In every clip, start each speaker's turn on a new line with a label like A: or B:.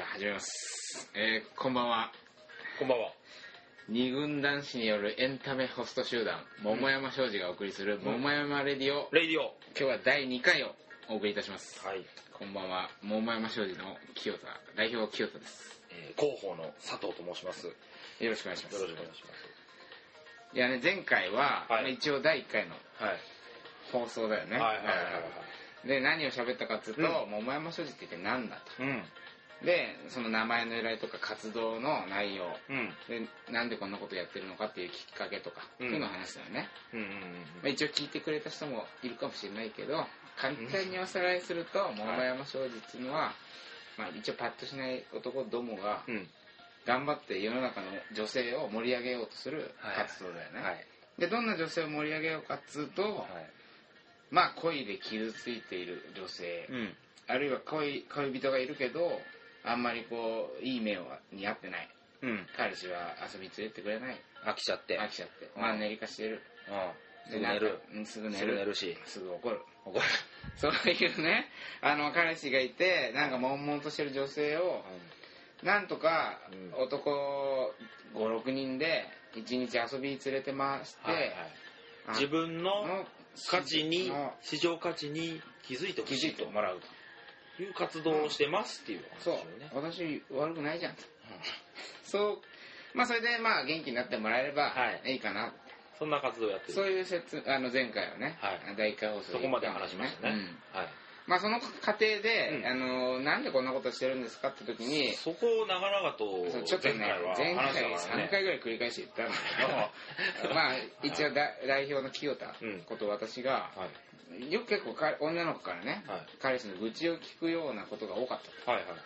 A: ゃあ始めます、えーこんばんは
B: こんばんは。
A: 二軍男子によるエンタメホスト集団桃山商事がお送りする「桃山レディオ」
B: レイディオ。
A: 今日は第2回をお送りいたします
B: はい。
A: こんばんは桃山商事の清田代表清田です
B: えー、広報の佐藤と申します。よ
A: よろしくお願いします
B: ろしくお願いしま
A: いやね前回は、
B: はい
A: まあ一応第1回の
B: す。はい。
A: 放送だよね
B: はいはいはいは
A: で何を喋ったかっつうと、
B: う
A: 桃山商事って一体何だ
B: い。うん。
A: とでその名前の由来とか活動の内容
B: うん。
A: でなんでこんなことやってるのかっていうきっかけとか、
B: うん
A: っていうのを話したよね、
B: うんうん
A: まあ、一応聞いてくれた人もいるかもしれないけど簡単におさらいすると桃山商事っていうのは、まあ、一応パッとしない男どもが
B: うん。うん。
A: 頑張って世の中の女性を盛り上げようとする活動だよね、
B: はい。
A: でどんな女性を盛り上げようかっつうと、
B: はい。
A: まあ恋で傷ついている女性、
B: うん。
A: あるいは恋恋人がいるけどあんまりこういい目を似合ってない
B: うん。
A: 彼氏は遊びに連れてってくれない
B: 飽きちゃって。
A: 飽きちゃってマンネリ化してる
B: うん。す
A: で
B: ぐ寝る。
A: なんかうんすぐ寝
B: すぐ寝
A: る
B: るし。
A: すぐ怒る
B: 怒る。
A: そういうねあの彼氏がいてなんか悶々としてる女性をなんとか
B: うん
A: 男56人で一日遊びに連れて回して、
B: はいはい。
A: あ
B: 自分の
A: の
B: 価値に
A: の、
B: 市場価値に気づいてほ
A: 気
B: し
A: づ
B: い
A: い
B: と
A: てもらうと
B: いう活動をしてますっていう話
A: そ
B: を
A: う
B: ね。
A: 私悪くないじゃんそうまあそれでまあ元気になってもらえれば
B: はい
A: いいかな、
B: そんな活動をやってる。
A: そういう説あの前回はね、
B: はい
A: 第1回放送
B: そこまで話しました
A: う
B: ね
A: ん。
B: はい。
A: まあその過程で、
B: うん
A: あのなんでこんなことしてるんですかって時に
B: そこを長々と
A: そうちょっとね
B: 前回は
A: 前回
B: 話したから
A: 3
B: ね。
A: 回ぐらい繰り返して言ったんだけ どまあ一応だ代表の清田
B: うん
A: こと私が
B: はい。
A: よく結構か女の子からね
B: はい。
A: 彼氏の愚痴を聞くようなことが多かった、
B: はいはいはい。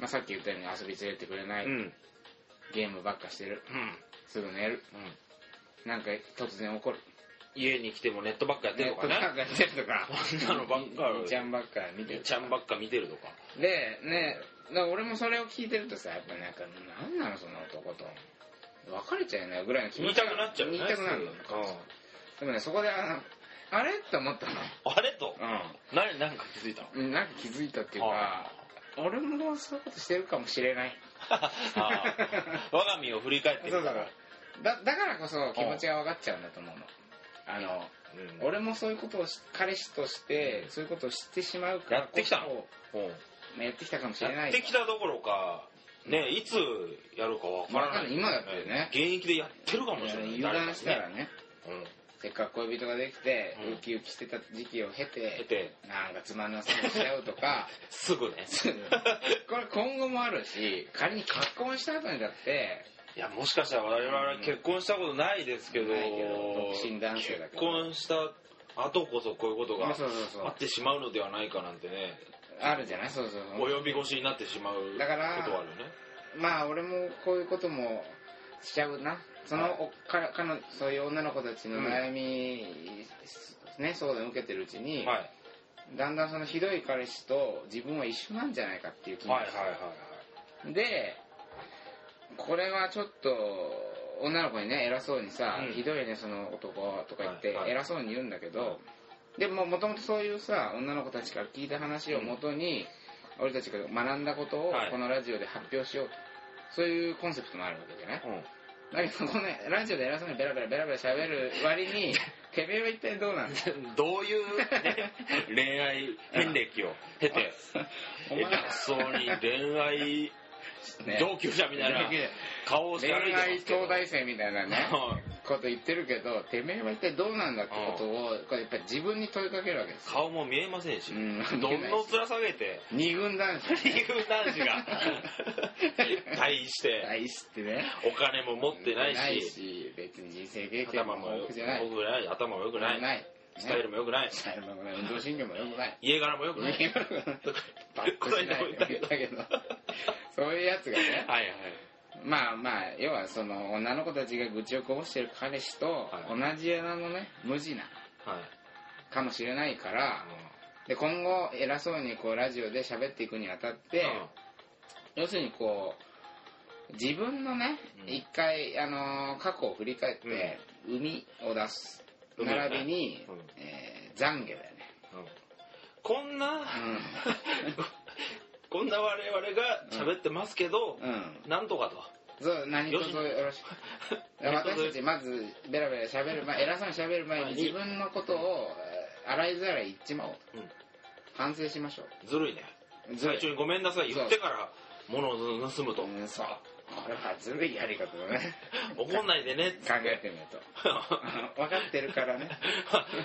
A: まあ、さっき言ったように遊び連れてくれない、
B: うん。うん。
A: ゲームばっかしてるすぐ寝るなんか突然怒る
B: 家に来てもネットばっかやって
A: ネ
B: る
A: ット
B: とかね
A: ば。っかしてるとか
B: そんなのばっか
A: みみちゃんばっか見て
B: み
A: る
B: ちゃんばっか見てるとか。
A: でねだから俺もそれを聞いてるとさやっぱなんか何なのその男と別れちゃいないぐらいの気
B: 言いたくなっちゃうよね。
A: 言いたくなるの
B: すぐうん
A: でもね、そこで、あのあれって思ったの。
B: あれと。何、何か気づいたの
A: うん。なんか気づいたっていう
B: あ
A: か、俺もそういうことしてるかもしれない。
B: あー我が身を振り返ってみ
A: そ
B: た
A: うだ
B: ら。
A: だだからこそ気持ちが分かっちゃうんだと思うの。あの、
B: うん
A: 俺もそういうことをし、彼氏として、そういうことを知ってしまうから
B: やってきたの
A: こ
B: うん
A: そまあやってきたかもしれな
B: や
A: い。
B: ってきたどころか、ね、いつやるかわから
A: わかん
B: な
A: ない
B: い。
A: 今だってね
B: 現役でやってるかもしれない。
A: 油断したらね、
B: 誰かにね。
A: せっかく恋人ができて、
B: うん
A: ウキウキしてた時期を経
B: うん。
A: て
B: 得、て、
A: なんかつまんなそうにしちゃうと か、
B: すぐね。
A: これ今後もあるし仮に結婚した後にだって
B: いやもしかしたら我々は結婚したことないですけど,、
A: ないけど独身男性だけ
B: 結
A: ど
B: 婚した後こそこういうことが
A: そうそうそう
B: あってしまうのではないかなんてね
A: あるじゃないそうそうそ
B: 及び腰になってしまうこと
A: だから
B: はあるね
A: うまあ俺もこういうこともしちゃうなその、
B: はい
A: おかかのそういう女の子たちの悩み、ね相談を受けてるうちに、
B: はい
A: だんだんそのひどい彼氏と自分は一緒なんじゃないかっていう気持ち、
B: はいはいはいはい
A: でこれはちょっと女の子にね偉そうにさ、
B: うん
A: ひどいねその男とか言って
B: はいはい
A: 偉そうに言うんだけど、
B: は
A: でももともとそういうさ女の子たちから聞いた話をもとに、俺たちが学んだことを
B: はい
A: このラジオで発表しようと、そういうコンセプトもあるわけじゃないだけどこのねラジオで偉そうにベラベラベラベラ喋る割 にてめえは一体どうなんだ
B: うん、どういう、ね、恋愛遍歴を経て
A: お前
B: 偉そうに恋愛
A: ね
B: 同級者みたいな顔をして
A: 恋
B: 歩いてま
A: 愛
B: すけど
A: 東大生みたいなね
B: はい
A: こと言ってるけどてめえは一体どうなんだってことをこれやっぱり自分に問いかけるわけですよ
B: 顔も見えませんし、
A: うん
B: どんどん面下げて
A: 二軍男子
B: 理由男子 が対して
A: 大師ってね
B: お金も持ってないし
A: 別に人生経験
B: 頭
A: も
B: もよ
A: 多
B: く
A: くじゃない
B: ない頭も良くない
A: ない
B: スタイルも良くない
A: スタイルもない運動神経もよくない
B: 家柄も良くない
A: 人間も良くない
B: とか
A: バックしない
B: この間も言ったけど
A: だけどそういうやつがね
B: はいはい
A: まあまあ要はその女の子たちが愚痴をこぼしてる彼氏と同じ穴のね無地な
B: はい
A: かもしれないからで今後偉そうにこうラジオで喋っていくにあたって、要するにこう自分のね
B: うん
A: 一、回、あのー過去を振り返って、海を出す
B: 海をね
A: 並びに、
B: うん
A: えー懺悔だよね、
B: うんこんな、こんな我々が喋ってますけど、
A: うん
B: なんとかと。
A: そう何卒よろしく 私たちまずベラベラ喋る前偉そうに喋る前に自分のことを洗いざらい言っちまおう
B: う
A: 反省しましょ
B: んずるいね。
A: うずるい
B: 最初にごめんなさい言ってから、物を盗むと。
A: うんそうこれはずるいやり方だね
B: 怒んないでねっつ
A: 考
B: っ
A: え
B: て。
A: てみると 分かってる からね
B: 懺悔だよ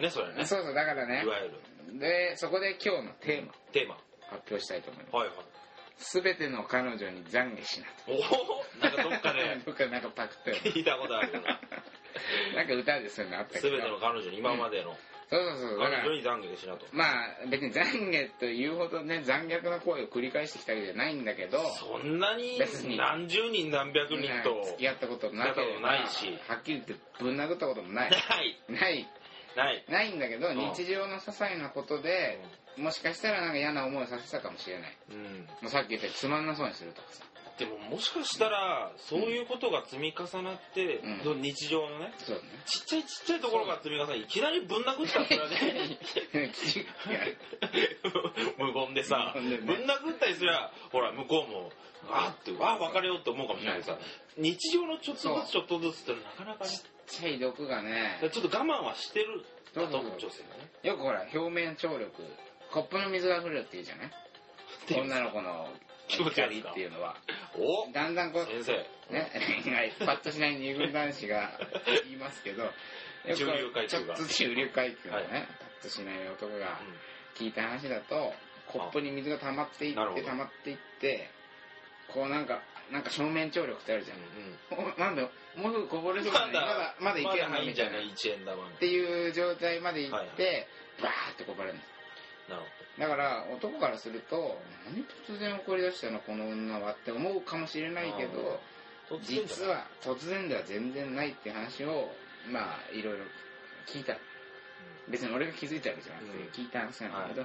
B: ね、それね。
A: そうそうだからね
B: いわゆる。
A: でそこで今日のテーマ
B: テーマ。
A: 発表したいと思いま
B: はいはい。
A: す全ての彼女に懺悔しな
B: おおなんかどっか
A: と
B: で
A: どっかなんかパクったよ
B: 聞いたことあるような。
A: なんか歌でそういうのあったけ
B: すべ
A: ど
B: ての彼女に、今までの
A: そうそうそうだから
B: 彼女に懺悔しなと。
A: まあ別に懺悔というほどね残虐な行為を繰り返してきたわけじゃないんだけど
B: そんなに
A: 別に
B: 何十人何百人
A: うん
B: と。
A: 付き合ったこともなければ
B: 付き合ったことないし
A: はっきり言ってぶん殴ったこともな
B: ないい。
A: ない
B: ない。
A: ないんだけど
B: うん
A: 日常の些細なことでもしかしたらなんか嫌な思いをさせたかもしれない
B: うん。
A: もうさっき言ったようにつまんなそうにするとかさ
B: でももしかしたら、そういうことが積み重なって、
A: うん
B: その日常のね、
A: そう
B: ちっちゃいちっちゃいところが積み重なって、いきなりぶん殴ったってのは ね、
A: だねきちいや
B: 無言でさ、ぶ
A: 無
B: ん
A: 言でね
B: 殴ったりすりゃ、ほら、向こうも、あーって、わあ、別れようって思うかもしれないけどさ、日常のちょっとずつちょっとずつってのはなかなかね、
A: ちっちゃい毒がね
B: ちょっと我慢はしてる、だと思う、
A: そう
B: 女
A: そう
B: 性がね。
A: よくほら表面張力コップの水が溢れるっていうじゃない
B: ていう
A: 女の子の
B: 気持ち悪
A: 光
B: い
A: っていうのは
B: お
A: だんだんこう
B: 先生。
A: ね、パッとしない二軍男子が言います けど、
B: 中流階
A: ちょ
B: 級
A: っ
B: が
A: と中流階級のね、
B: は
A: パッとしない男が聞いた話だと、コップに水が溜まっていっ
B: なるほ
A: て、
B: ど
A: 溜まっていって、こうなんか、なんか正面張力ってあるじゃん。
B: う
A: おなんだよ、もうすぐこぼれ
B: ん
A: そううんだね。
B: ま
A: ま
B: だ
A: だ、、まだいけるな、
B: まいいん
A: み
B: じ
A: た
B: ゃ
A: いな。
B: な
A: っ
B: い ?1 円玉みた
A: て
B: い
A: いう状態まで行
B: はい
A: っ
B: は
A: て、バーってこぼれるの
B: な。なる
A: だから男からすると何突然怒り出したのこの女はって思うかもしれないけど
B: ほど。突然じゃ
A: 実
B: ない
A: は突然では全然ないって話をまあいろいろ聞いた別に俺が気づいたわけじゃなくて
B: う
A: 聞
B: ん
A: いた話なんだけど、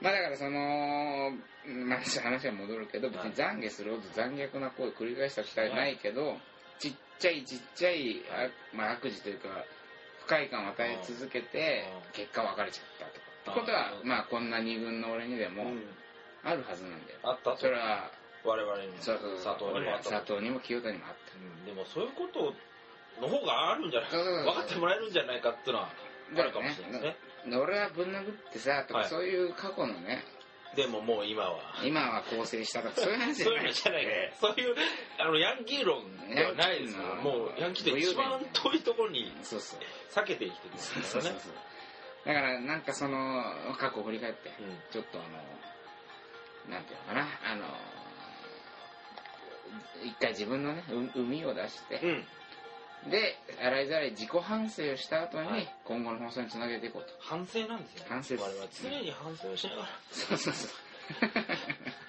A: まあだからその、まあ、話は戻るけど別に懺悔するほど残虐な行為繰り返した機会ないけど、ちっちゃいちっちゃい、あまあ、悪事というか不快感を与え続けて
B: うん
A: 結果別れちゃったとかってことは
B: うん
A: まあこんな二軍の俺にでも
B: うん
A: あるはずなんだよ、
B: あった
A: それは
B: 我々にも
A: そうそうそう
B: 佐藤にもあった
A: 俺ら佐藤にも清田にもあっ
B: うんでもそういうことの方があるんじゃない
A: そうそうそう
B: 分かってもらえるんじゃないかっていうのはあるかもしれないですね
A: たで俺はぶん殴ってさとか、
B: はい
A: そういう過去のね
B: でももう今は
A: 今は更生したとかそういう話じゃ
B: そう
A: ない
B: いうのじゃないからそういうあのヤンキー論ではないですから
A: ヤンキーの
B: もうヤンキーと一番遠いところに
A: そうそう
B: 避けて生きてるんです
A: そうそうそ
B: から
A: う
B: ね
A: だからなんかその過去を振り返って、ちょっとあのなんていうのかなあの一回自分のねう海を出して、
B: うんうん
A: で洗いざらい自己反省をした後に、
B: はい
A: 今後の放送につなげていこうと
B: 反省なんですよね
A: 反省です
B: 我々は常に反省をしながら
A: そうそうそ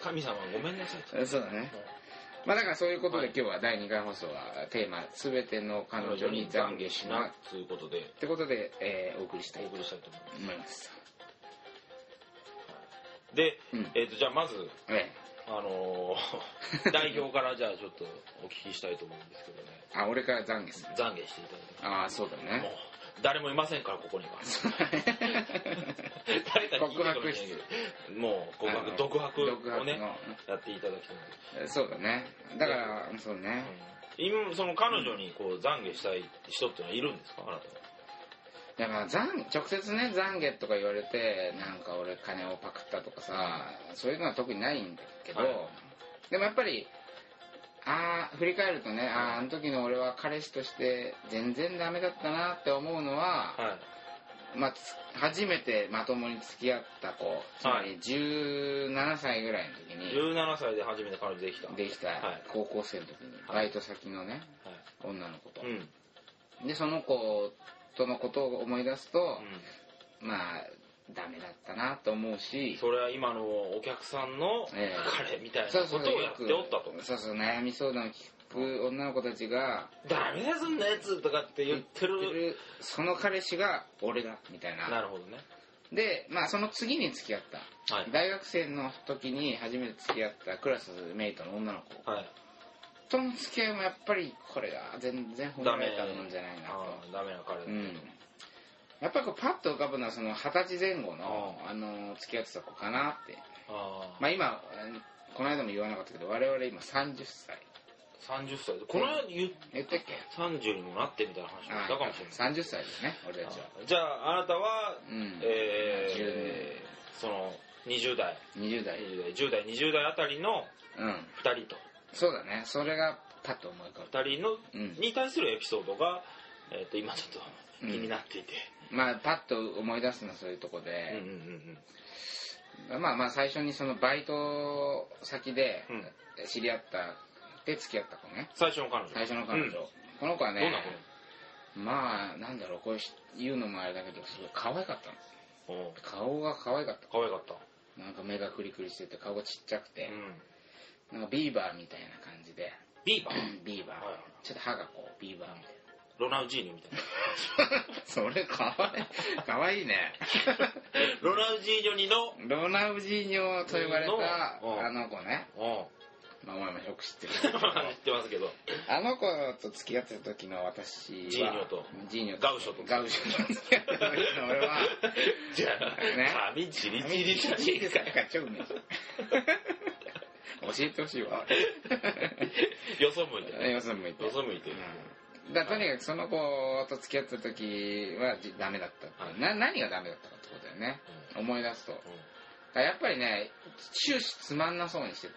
B: 神様ごめんなさいと
A: うそうだねまあだからそういうことで今日は第2回放送はテーマ「すべての彼女に懺悔しな」
B: ということで
A: ってことで、えーお送りした
B: お
A: い
B: 送
A: と
B: りしたいと思いま
A: 思います。
B: すで、
A: うん
B: えー、とじゃあまず
A: え
B: あの ー代表からじゃあちょっとお聞きしたいと思うんですけどね
A: えあ、俺から懺悔する。
B: 懺悔していただいて
A: ああ、そうだ
B: もう
A: ね。
B: 誰もいませんからこ こには誰かに聞いてくれないけどもう告
A: あ
B: 白
A: の
B: 独白
A: 独白
B: をね
A: の
B: やっていただきたい
A: えそうだね。だから、そうね。
B: うん今その彼女にこう懺悔したい人ってのはいるんですかあなたは
A: だから、懺直接ね、懺悔とか言われて、なんか俺金をパクったとかさ、そういうのは特にないんだけど、
B: はい
A: でもやっぱり、ああ、振り返るとね、ああ、あの時の俺は彼氏として全然ダメだったなって思うのは、
B: はい
A: まあ、つ初めてまともに付き合った子、つまり17歳ぐらいの時に、
B: 17歳で初めて彼女できた
A: できた
B: はい
A: 高校生の時に
B: はい
A: バイト先のね
B: はい
A: 女の子と
B: うんうん
A: でその子とのことを思い出すとまあダメだったなと思うし
B: それは今のお客さんの
A: ええ
B: 彼みたいなことをやっておったと
A: そうそう悩み相談を聞く女の子たちが
B: ダメだそんなやつとかって言って
A: 言って
B: る
A: るその彼氏が俺だみたい
B: な
A: な
B: るほどね
A: でまあその次に付き合った
B: はい
A: 大学生の時に初めて付き合ったクラスメイトの女の子
B: はい
A: との付き合いもやっぱりこれが全然褒められたもんじゃないな
B: あ
A: と
B: あダメな彼だ
A: うんやっぱりこうパッと浮かぶのはその二十歳前後の、
B: う
A: あの付き合ってた子かなって
B: あ
A: まあ今この間も言わなかったけど我々今30歳
B: 30歳でこの間言っ
A: 言ったっけ
B: 30にもなってみたいな話もしたかもしれない
A: 30歳ですね俺たちは
B: じゃああなたは
A: うん
B: えーその20代
A: 20代
B: 20代10代20代あたりの
A: うん
B: 2人と
A: そうだねそれがパッと思い浮かぶ
B: 2人の
A: うん
B: に対するエピソードが、えー、と今ちょっと気になっていて、
A: まあパッと思い出すのはそういうとこ
B: うん
A: で、
B: うんうん
A: まあまあ最初にそのバイト先で
B: うん
A: 知り合ったで付き合った子ね
B: 最初の彼女
A: 最初の彼女、
B: うん
A: この子は
B: どん
A: ね
B: な
A: まあなんだろうこう言うのもあれだけどすごい可愛かったの
B: 子おう
A: 顔が可愛かった
B: 可愛かった、
A: なんか目がクリクリしてて顔がちっちゃくて
B: う、ん、
A: なんかビーバーみたいな感じで
B: ビーバー
A: ビーバー、
B: はい
A: ちょっと歯がこうビーバーみたいな
B: ロナウジーニみたいな
A: それかわいい。かわいいね。
B: ロナウジーニョにの
A: ロナウジーニョと言われ
B: のうん
A: たあの子ね。
B: おう
A: まあ、お前もよく知 ってる
B: 知
A: け
B: っ
A: ど。
B: てますけど
A: あの子と付き合ってた時の私は。
B: ジーニョと。
A: ジーニョ
B: ガウショと
A: ガウショと付き合ってた時の俺 は。
B: じゃあ、
A: ね
B: 髪チリチリじゃねえか
A: だから超う めえ教えてほしいわ。
B: よそ向い て
A: よそ向いて。
B: よそ向いて
A: うんだからとにかくその子と付き合ってた時はじダメだったっていうな何がダメだったかってことだよね思い出すとだからやっぱりね終始つまんなそうにしてて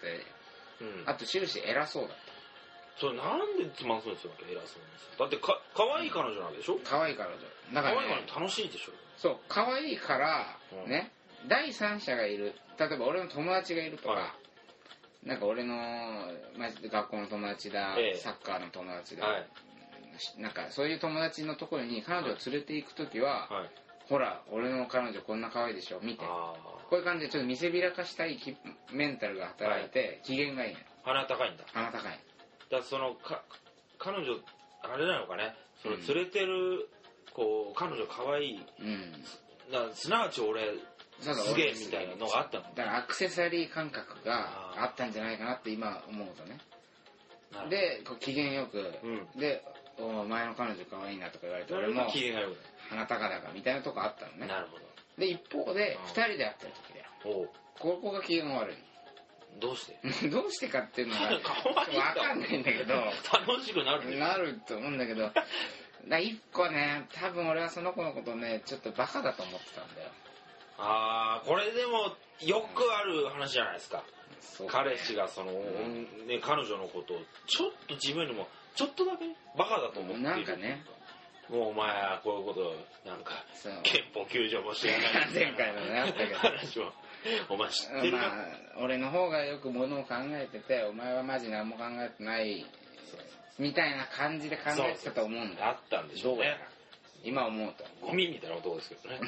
B: うん、うん
A: あと終始偉そうだっ
B: それなんでつまんそうにするわけ偉そうにするだってか可愛い彼女なんでしょ
A: た可愛い彼女だ
B: 可
A: か
B: 愛い
A: ら、
B: 彼
A: ね、
B: 女楽しいでしょ
A: そう可愛いから
B: うん
A: ね、第三者がいる例えば俺の友達がいるとか、
B: は
A: なんか俺の、まあ、学校の友達だ、
B: ええ
A: サッカーの友達だ、
B: はい
A: なんかそういう友達のところに彼女を連れて行く時は、
B: はい
A: ほら俺の彼女こんな可愛いでしょ見てこ
B: あ
A: ういう感じでちょっと見せびらかしたいきメンタルが働いて、機嫌がいいね
B: あ鼻高いんだ
A: 鼻高い
B: だからそのか彼女あれなのかねその連れてる、こう彼女可愛い
A: うん
B: なすなわち俺
A: そうそう
B: すげえみたいなのがあったの
A: だからアクセサリー感覚が
B: あー
A: あったんじゃないかなって今思うとね
B: なる
A: でこう機嫌よく、
B: うん
A: で「お前の彼女可愛いな」とか言われて
B: そ
A: 俺
B: れも
A: も
B: 機嫌がよ
A: 鼻高々みたいなとこあったの
B: くな
A: ね
B: るなる
A: で一方で
B: うん
A: 2人で会ってる時だよ
B: ほどおう
A: ここが機嫌悪
B: どうして
A: い どうしてかっていうの
B: 可
A: は
B: 愛いんだ
A: 分かんないんだけど
B: 楽しくなるでしょ
A: なると思うんだけどだ から一個ね多分俺はその子のことねちょっとバカだと思ってたんだよ
B: ああこれでもよくある話じゃないですか
A: そう
B: 彼氏がその、
A: ん
B: ね、彼女のことをちょっと自分よりもちょっとだけバカだと思っている
A: なんかね
B: もうお前はこういうことなんか
A: そう
B: 憲法9条も知らない
A: 前回のねあったけど
B: 話をお前知ってるか、
A: まあ、俺の方がよくものを考えててお前はマジ何も考えてないみたいな感じで考えてたと思うんだ
B: あったんでしょうね
A: 今思うと
B: ゴミみたいな男ですけどね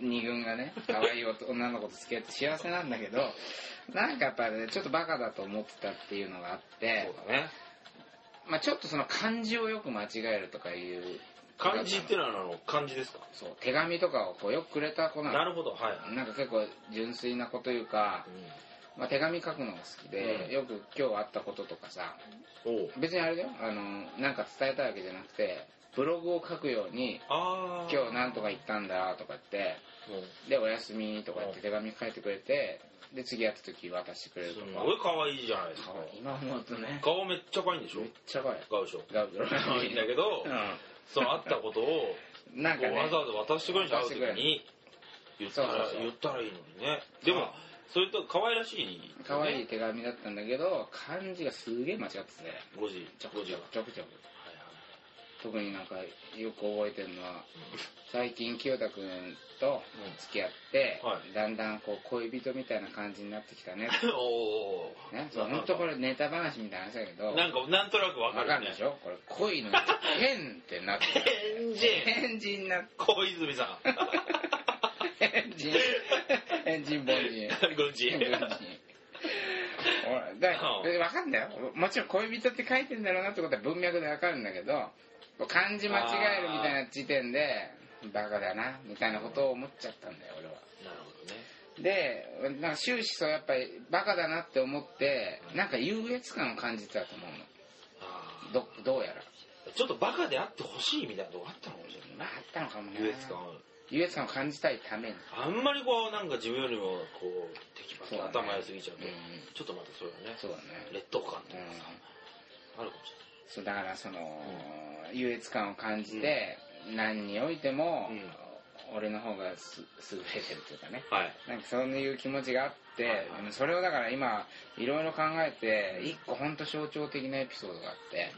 A: 二軍がね可愛い女の子と付き合って幸せなんだけどなんかやっぱねちょっとバカだと思ってたっていうのがあっ
B: そ
A: て
B: う、だね
A: まあ、ちょっとその漢字をよく間違えるとかいう
B: 漢字ってのはあの漢字ですか
A: そう手紙とかをこうよくくれた子な
B: な
A: の
B: るほどはい、
A: なんか結構純粋な子というか、まあ、手紙書くのが好きで、
B: うん
A: よく今日あったこととかさ
B: うんおう
A: 別にあれだよあのなんか伝えたいわけじゃなくてブログを書くように
B: あ
A: 「
B: あ
A: 今日なんとか行ったんだ」とか言って「でおやすみ」とか言って手紙書いてくれてで次会った時渡してくれる
B: す
A: とか
B: ごい可愛いじゃないですか
A: 可愛い今思うとね
B: 顔めっちゃ可愛いんでしょ
A: めっちゃ可愛い
B: ガウショ
A: ガブドロ
B: 可愛いんだけど、
A: う
B: その会ったことを、
A: んなんか
B: わ
A: ね
B: ざわざ渡してくれるんじゃん会う時に言ったら
A: そうそうそう
B: 言ったらいいのにねでもそれと可愛らしい、ね、
A: 可愛い
B: い
A: 手紙だったんだけど漢字がすげえ間違ってて
B: 5時
A: ちょ
B: 5
A: く ち
B: 時
A: ょ
B: は
A: くちょくちょく特になんかよく覚えてるのは最近清田君と付き合って、
B: うんはい
A: だんだんこう恋人みたいな感じになってきたね
B: はいはいおー
A: ねそう本当これネタ話みたいな話だけど
B: なんかなんとなくわか
A: わ
B: る
A: かる
B: ね
A: でしょこれ恋の 変ってなってる
B: 返事
A: 変人な
B: 小泉さん
A: 変人変人凡 人
B: 5時
A: 変人ほらだ
B: うん
A: 分かんだよもちろん恋人って書いてんだろうなってことは文脈でわかるんだけどこう漢字間違えるみたいな時点でバカだなみたいなことを思っちゃったんだよ俺は
B: なるほどね
A: でなんか終始そうやっぱりバカだなって思ってなんか優越感を感じてたと思う
B: あ
A: のどどうやら
B: ーちょっとバカであってほしいみたいなとこあったのかもしれない
A: あったのかもね
B: 優越感を
A: 優越感を感じたいために
B: あんまりこうなんか自分よりもこう敵ばっ
A: そう
B: か
A: だね
B: 頭良すぎちゃうと、
A: うん
B: ちょっとまたそれはね
A: そうだね
B: 劣等感と
A: う
B: い
A: ん
B: うかさ、あるかもし
A: そうだからその、優越感を感じて、何においても、俺の方がす優れてるというかね
B: れないはい
A: なんかそういう気持ちがあって、
B: はいはい
A: でもそれをだから今いろいろ考えて一個本当象徴的なエピソードがあって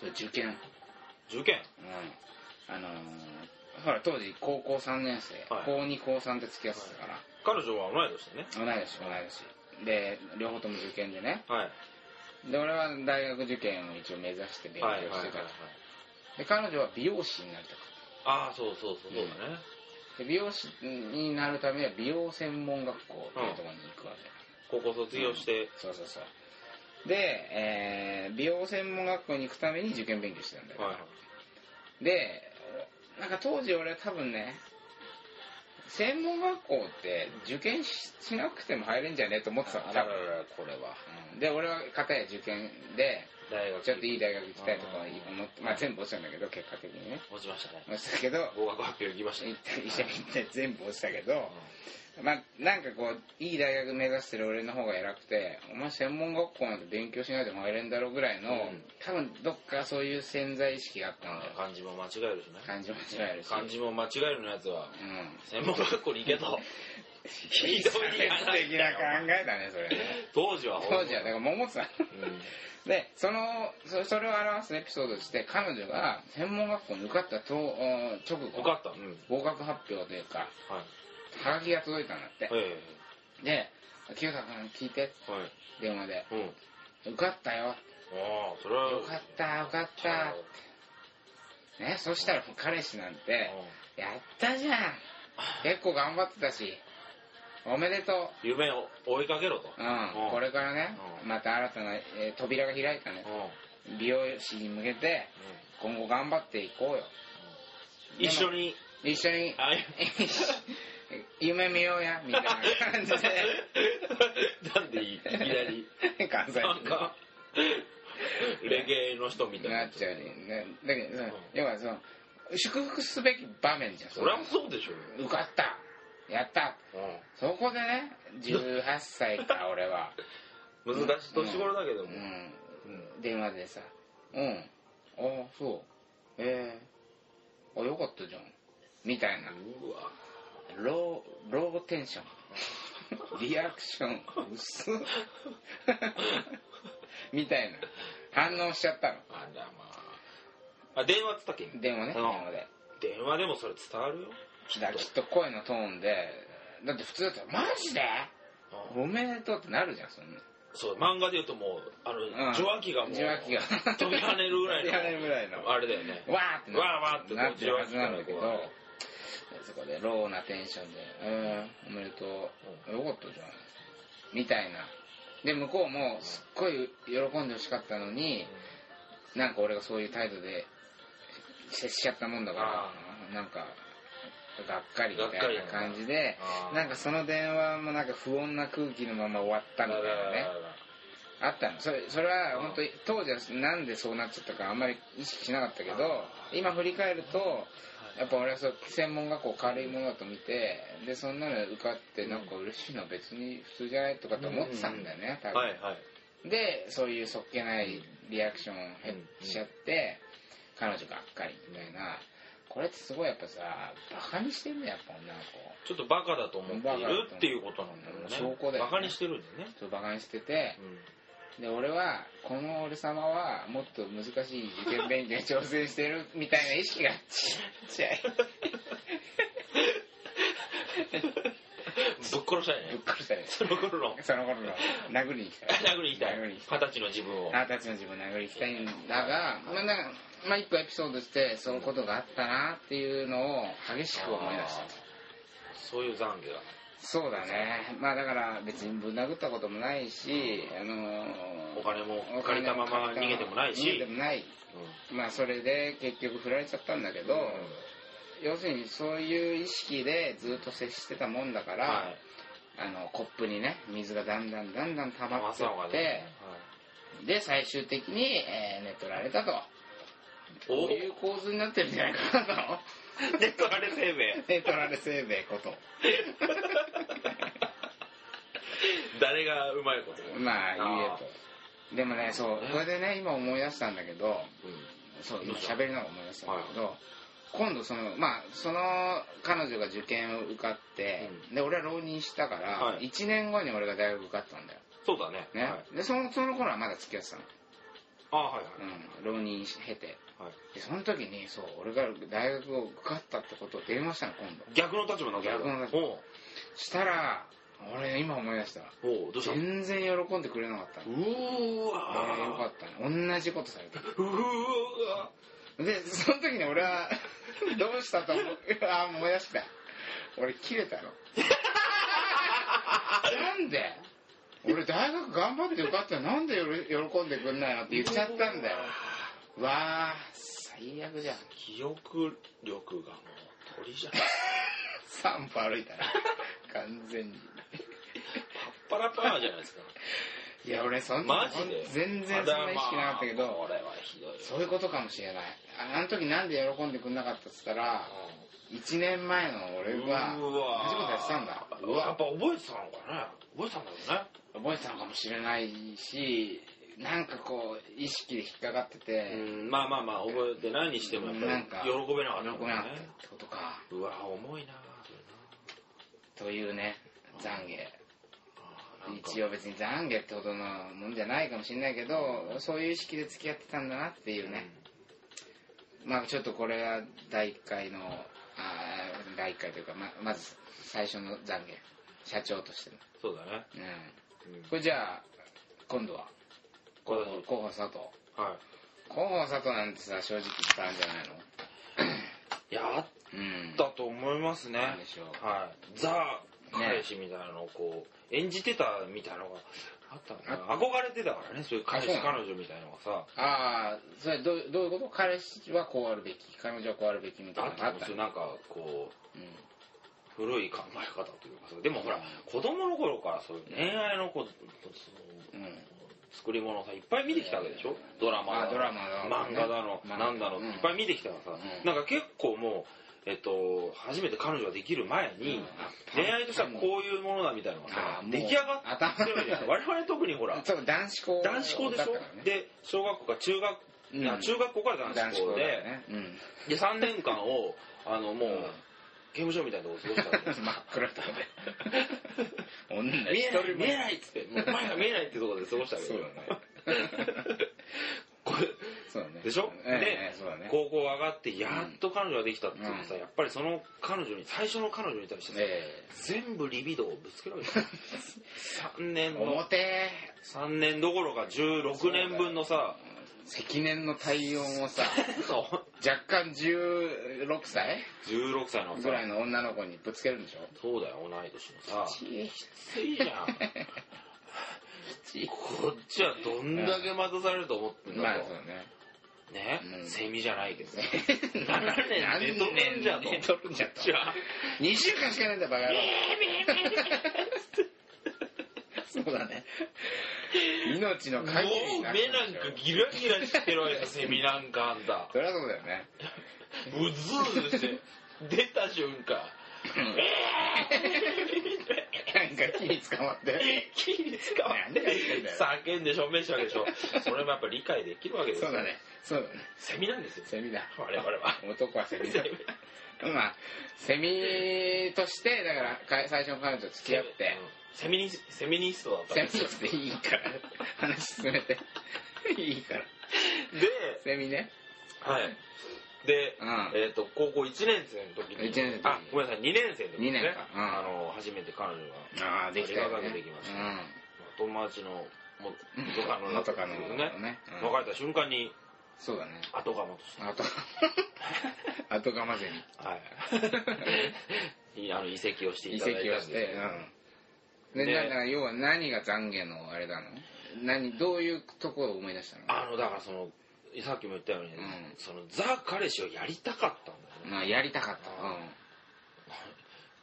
A: それ受験、
B: 受験
A: うん、あのーほら当時高校3年生、
B: はい
A: 高2高3で付き合ってたから、
B: 彼女は同い年でね
A: 同い年同い年で両方とも受験でね
B: はい
A: で俺は大学受験を一応目指して勉強
B: はいはいは
A: し
B: いは
A: て
B: い
A: た、で彼女は美容師になりたかっ
B: ああそうそうそうそうだね、
A: たで美容師になるためには美容専門学校っていうところに行くわけ、
B: 高校卒業して、
A: そうそうそうで、えー美容専門学校に行くために受験勉強してたんだよ、
B: はいはい
A: でなんか当時俺は多分ね専門学校って受験ししなくても入れんじゃねえと思ってたの
B: あ
A: 多
B: らら
A: 分
B: ららこれは
A: うんで俺は片や受験で
B: 大学
A: ちょっといい大学行きたいとか
B: あー
A: 思って、まあ、全部落ちたんだけど結果的にね
B: 落ちましたね
A: 落ちたけど
B: 合格発表行きましたね
A: 一体医者に行って全部落ちたけど、まあ、なんかこういい大学目指してる俺の方が偉くてお前専門学校なんて勉強しないでも入れんだろうぐらいの、
B: うん
A: 多分どっかそういう潜在意識があったんだよ
B: 漢字も間違えるしね
A: 感じ間違えるし
B: 漢字も間違えるのやつは
A: うん
B: 専門学校に行けとひど
A: 的な
B: い
A: 考
B: 話だよ
A: えだねそれね
B: 当時は
A: 当時はだから桃さん
B: うん
A: でそのそそれを表すエピソードとして彼女が専門学校に受かったとお直
B: 受か
A: 後
B: ったうん
A: 合格発表というか
B: はい
A: はがきが届いたんだって
B: え
A: で清田君聞いて
B: えはい
A: 電話で
B: うん
A: 受かったよ
B: ああそれは
A: よかったよかったねそしたら彼氏なんて
B: うん
A: やったじゃん結構頑張ってたしおめでとう
B: 夢を追いかけろと
A: うん、
B: うん
A: これからね、
B: うん
A: また新たな、えー扉が開いたね
B: うんうん
A: 美容師に向けて今後頑張っていこうよ
B: 一緒に
A: 一緒に
B: あい
A: 夢見ようやみたいな感じ
B: なんでいきなり
A: で関西
B: なんかレゲエの人みた
A: に
B: い
A: な
B: な
A: っちゃうよねだけどその要はその祝福すべき場面じゃん
B: そりゃそうでしょ
A: 受かったやった
B: う
A: そこでね18歳 か俺は、
B: ん難しい年頃だけど
A: う
B: も
A: ん、
B: うん
A: 電話でさ「うんああそうええあよかったじゃん」みたいな
B: うわ
A: ローローテン ションリアクション薄っ みたいな反応しちゃったの
B: あらまああ電話っつったっけ今
A: 電話ね
B: うん
A: 電話で
B: 電話でもそれ伝わるよ
A: きっときっと声のトーンでだって普通だったら「マジで
B: うん
A: おめでとう」ってなるじゃんそんな
B: そう漫画でいうともうあ
A: う
B: の
A: ん
B: 受話器がもう
A: 受話器が
B: 飛び跳ねるぐらい
A: やれるぐ
B: の
A: らいの
B: あれだよね
A: わーってな
B: わーわーって
A: なってるはずなんだけど
B: こうね
A: そこでローなテンションで「うんおめでとうよかったじゃん」みたいなで向こうもすっごい喜んでほしかったのになんか俺がそういう態度で接しちゃったもんだか
B: あ
A: らなんかがっかりみたい
B: がっ
A: な
B: かりなんだ
A: 感じで
B: あー
A: なんかその電話もなんか不穏な空気のまま終わったみたいなねあったのそれそれは本当に当時はなんでそうなっちゃったかあんまり意識しなかったけど今振り返るとやっぱ俺はそう専門学校軽いものだと見てでそんなの受かってなんか嬉しいの別に普通じゃないとかと思ってたんだよね多分、
B: はいはい
A: でそういうそっけないリアクションをへ
B: うん
A: しちゃって彼女がっかりみたいなこれってすごいやっぱさバカにしてんだよやっぱ女の子
B: ちょっとバカだと思っているっていうことなんだろうね
A: 証拠だよね
B: バカにしてるんだよね
A: そうバカにしててで俺はこの俺様はもっと難しい受験勉強に 挑戦してるみたいな意識がちっちゃい
B: ぶっ殺したい
A: ぶ っ
B: ね
A: 殺したね
B: その頃の
A: その頃の殴りに来た
B: 殴りに行きたい
A: 殴りに
B: 二十
A: 来た
B: 歳の自分を
A: あなたたちの自分を殴りに来たいんだがまあなんかまあ一個エピソードとしてそういうことがあったなっていうのを激しく思い出した
B: あーそういう懺悔が
A: そうだねまあだから別にぶん殴ったこともないしあのー
B: お金も借りたまま逃げてもない
A: 逃げ
B: して
A: もないまあそれで結局振られちゃったんだけど、要するにそういう意識でずっと接してたもんだから、
B: はい
A: あのコップにね水がだんだんだんだん溜ま
B: ま
A: って
B: さ
A: っ
B: か
A: て、
B: ねはい
A: で最終的に、えー寝取られたとこ
B: お
A: ういう構図になってるんじゃないかなと。
B: ネ ットあれ生命
A: で、取られせいべい こと。
B: 誰がうまいこと
A: まあ、言
B: あ
A: えと。でもね、そう、これでね、今思い出したんだけど、
B: う
A: そう、
B: ど
A: 今
B: うした
A: 喋りながら思い出したんだけど、今度その、まあ、その彼女が受験を受かって、で、俺は浪人したから、
B: はい
A: 1年後に俺が大学受かったんだよ。
B: んそうだね
A: ね。
B: はい
A: で、その、その頃はまだ付き合ってたの。
B: あはいは
A: うん、浪人し経て。
B: い、はい、
A: で、その時に、そう、俺が大学を受かったってことを電話したの、今度。
B: 逆の立場なんだ
A: 逆の立場
B: おう
A: したら、俺今思い出したわ。
B: おうどうしたの
A: 全然喜んでくれなかったの。
B: うーわ
A: ああ、よかったね。同じことされた。
B: うーわ
A: で、その時に俺は、 どうしたと思う。ああ、燃やした。俺、切れたの。なんで俺、大学頑張ってよかったのになんでよろ喜んでくんないのって言っちゃったんだよ。わあ、最悪じゃん。
B: 記憶力がもう鳥じゃん
A: 散歩歩いたら、完全に。
B: パラパラじゃないですか
A: いや、俺、そんな
B: マ、ジで
A: 全然そんな意識なかったけ
B: まあ
A: ど、
B: これはひどい
A: そういうことかもしれない。ああの時なんで喜んでくんなかったっつったら、1年前の俺は
B: うわ
A: 同じことやってたんだ
B: うわやっぱ覚えてたのかね覚えてたんだろ
A: 覚えてたのかもしれないしなんかこう意識で引っかかって
B: うね
A: て、
B: うんまあまあまあ覚えてないにしてもやっぱ
A: な
B: り
A: んか
B: 喜べなかっ
A: 喜
B: たもん
A: べ
B: ね
A: なかったってことか
B: うわ重いな
A: というね懺
B: あーなん
A: 悔
B: か
A: 一応別に懺悔ってほどのもんじゃないかもしれないけどそういう意識で付き合ってたんだなっていうね、まあちょっとこれは第1回のあー第1回というかままず最初の懺悔社長としての、
B: そうだね
A: うん、
B: うん
A: これじゃあ今度は
B: こ
A: 候
B: れ
A: 補候補佐藤
B: は
A: 広報佐藤なんてさ正直いっぱいあるんじゃ ないの
B: いいやあっ
A: うん
B: たと思いますね
A: でしょう
B: はいザ彼氏みたいなのをこう演じてたみたいなのがあったのかな憧れてたからねそういう彼
A: あ
B: 氏
A: そうな
B: 彼女みたいなのがさ
A: ああそれどうどういうこと彼氏はこうあるべき彼女はこうあるべきみたいなの
B: あっ
A: が
B: た
A: あ
B: ん
A: っ
B: で
A: た
B: すよ
A: の
B: なんかこう
A: うん
B: 古い考え方というかさでもほら子供の頃からそういう恋愛のこうその
A: うん
B: 作り物をさいっぱい見てきたわけでしょドラマだ
A: あドラマだ
B: 漫画だの、
A: ね
B: なんだの、
A: うん
B: いっぱい見てきたらさ、
A: うん
B: なんか結構もうえっと初めて彼女ができる前に、
A: うん
B: 恋愛としてはこういうものだみたいなの
A: あー
B: がさ
A: もう
B: 出来上がってるわけじゃない
A: 頭
B: 我々特にほ ら
A: そう男子校
B: 男子校でし
A: だ
B: ょ
A: っ、たからね
B: で小学校から中学、
A: うん
B: あ中学校から男
A: 男
B: 子
A: 子
B: 校
A: 校
B: で
A: だよねうん
B: で3年間をあのもう、
A: うん
B: 刑務所みたいなとこ過ごしたわけ です
A: 真っ暗とかで 女
B: 見え
A: 一
B: な
A: 人
B: い
A: も
B: 見えないっつってもう前が見えないってところで過ごしたわけ
A: そう
B: ど
A: だね
B: こ
A: そうだね
B: れでしょ、
A: ええええそうだ
B: で、
A: ね
B: 高校上がってやっと彼女ができたっていうのはさ、
A: うん
B: やっぱりその彼女に最初の彼女に対してさ、
A: え
B: 全部リビドーをぶつけるわけですよ3年
A: え
B: の
A: 表
B: 3年どころか16年分の さ
A: 積年の体温 をさ若干16歳
B: 16歳のさ
A: ぐらいの女の子にぶつけるんでしょ
B: そうだよ同い年のさきついじ ゃんこっちはどんだけ待たされると思ってん
A: ま
B: だ
A: あ
B: と、
A: そうだね
B: ね、
A: うん
B: セミじゃないけどね
A: 7
B: 7年寝とるんじゃと
A: 寝とるんじゃと
B: じゃあ
A: 2週間しかねえんだバカ野郎 そうだね命の
B: もう
A: 限りに
B: 目なんかギラギラしてるわよセミなんかあんた
A: そりゃそうだよね
B: うずうずして出た瞬間
A: なんか木に捕まって
B: 気に使わ
A: 何やってんだよ
B: 叫んで証明したわけでしょそれもやっぱ理解できるわけですよ
A: そうだねそうだね
B: セミなんですよ
A: セミだ
B: 我々は
A: 男はセミ
B: セ
A: だ
B: ミ
A: まあセミとしてだからか最初の彼女と付き合って
B: セミニセミニストだったん
A: セ
B: です
A: ミ
B: よ
A: としていいから話進めていいから
B: で
A: セミね
B: はいで、
A: うん
B: えっ、と高校1年生の時に
A: 一年生の時
B: あごめんなさい2年生の時にね
A: 二年かうん
B: あの初めて彼女が
A: ああできたよ
B: あ
A: ね
B: りがたくできました
A: うん
B: 友達のも元カノだっ
A: 元
B: た
A: カ
B: んです
A: ノ
B: けど
A: の
B: ね
A: ね、うん
B: 別れた瞬間に
A: そうだね
B: 後がもと
A: あ とあとがまぜに
B: はいあの移籍をしてい
A: 移
B: ただいたん
A: 籍を
B: で
A: し
B: す
A: て
B: け
A: うん
B: で
A: でだから要は何が懺悔のあれなの何どういうところを思い出したの
B: どあのだからそのさっきも言ったように、
A: うん
B: そのザ・彼氏をやりたかったんだよね
A: まあやりたかった
B: あ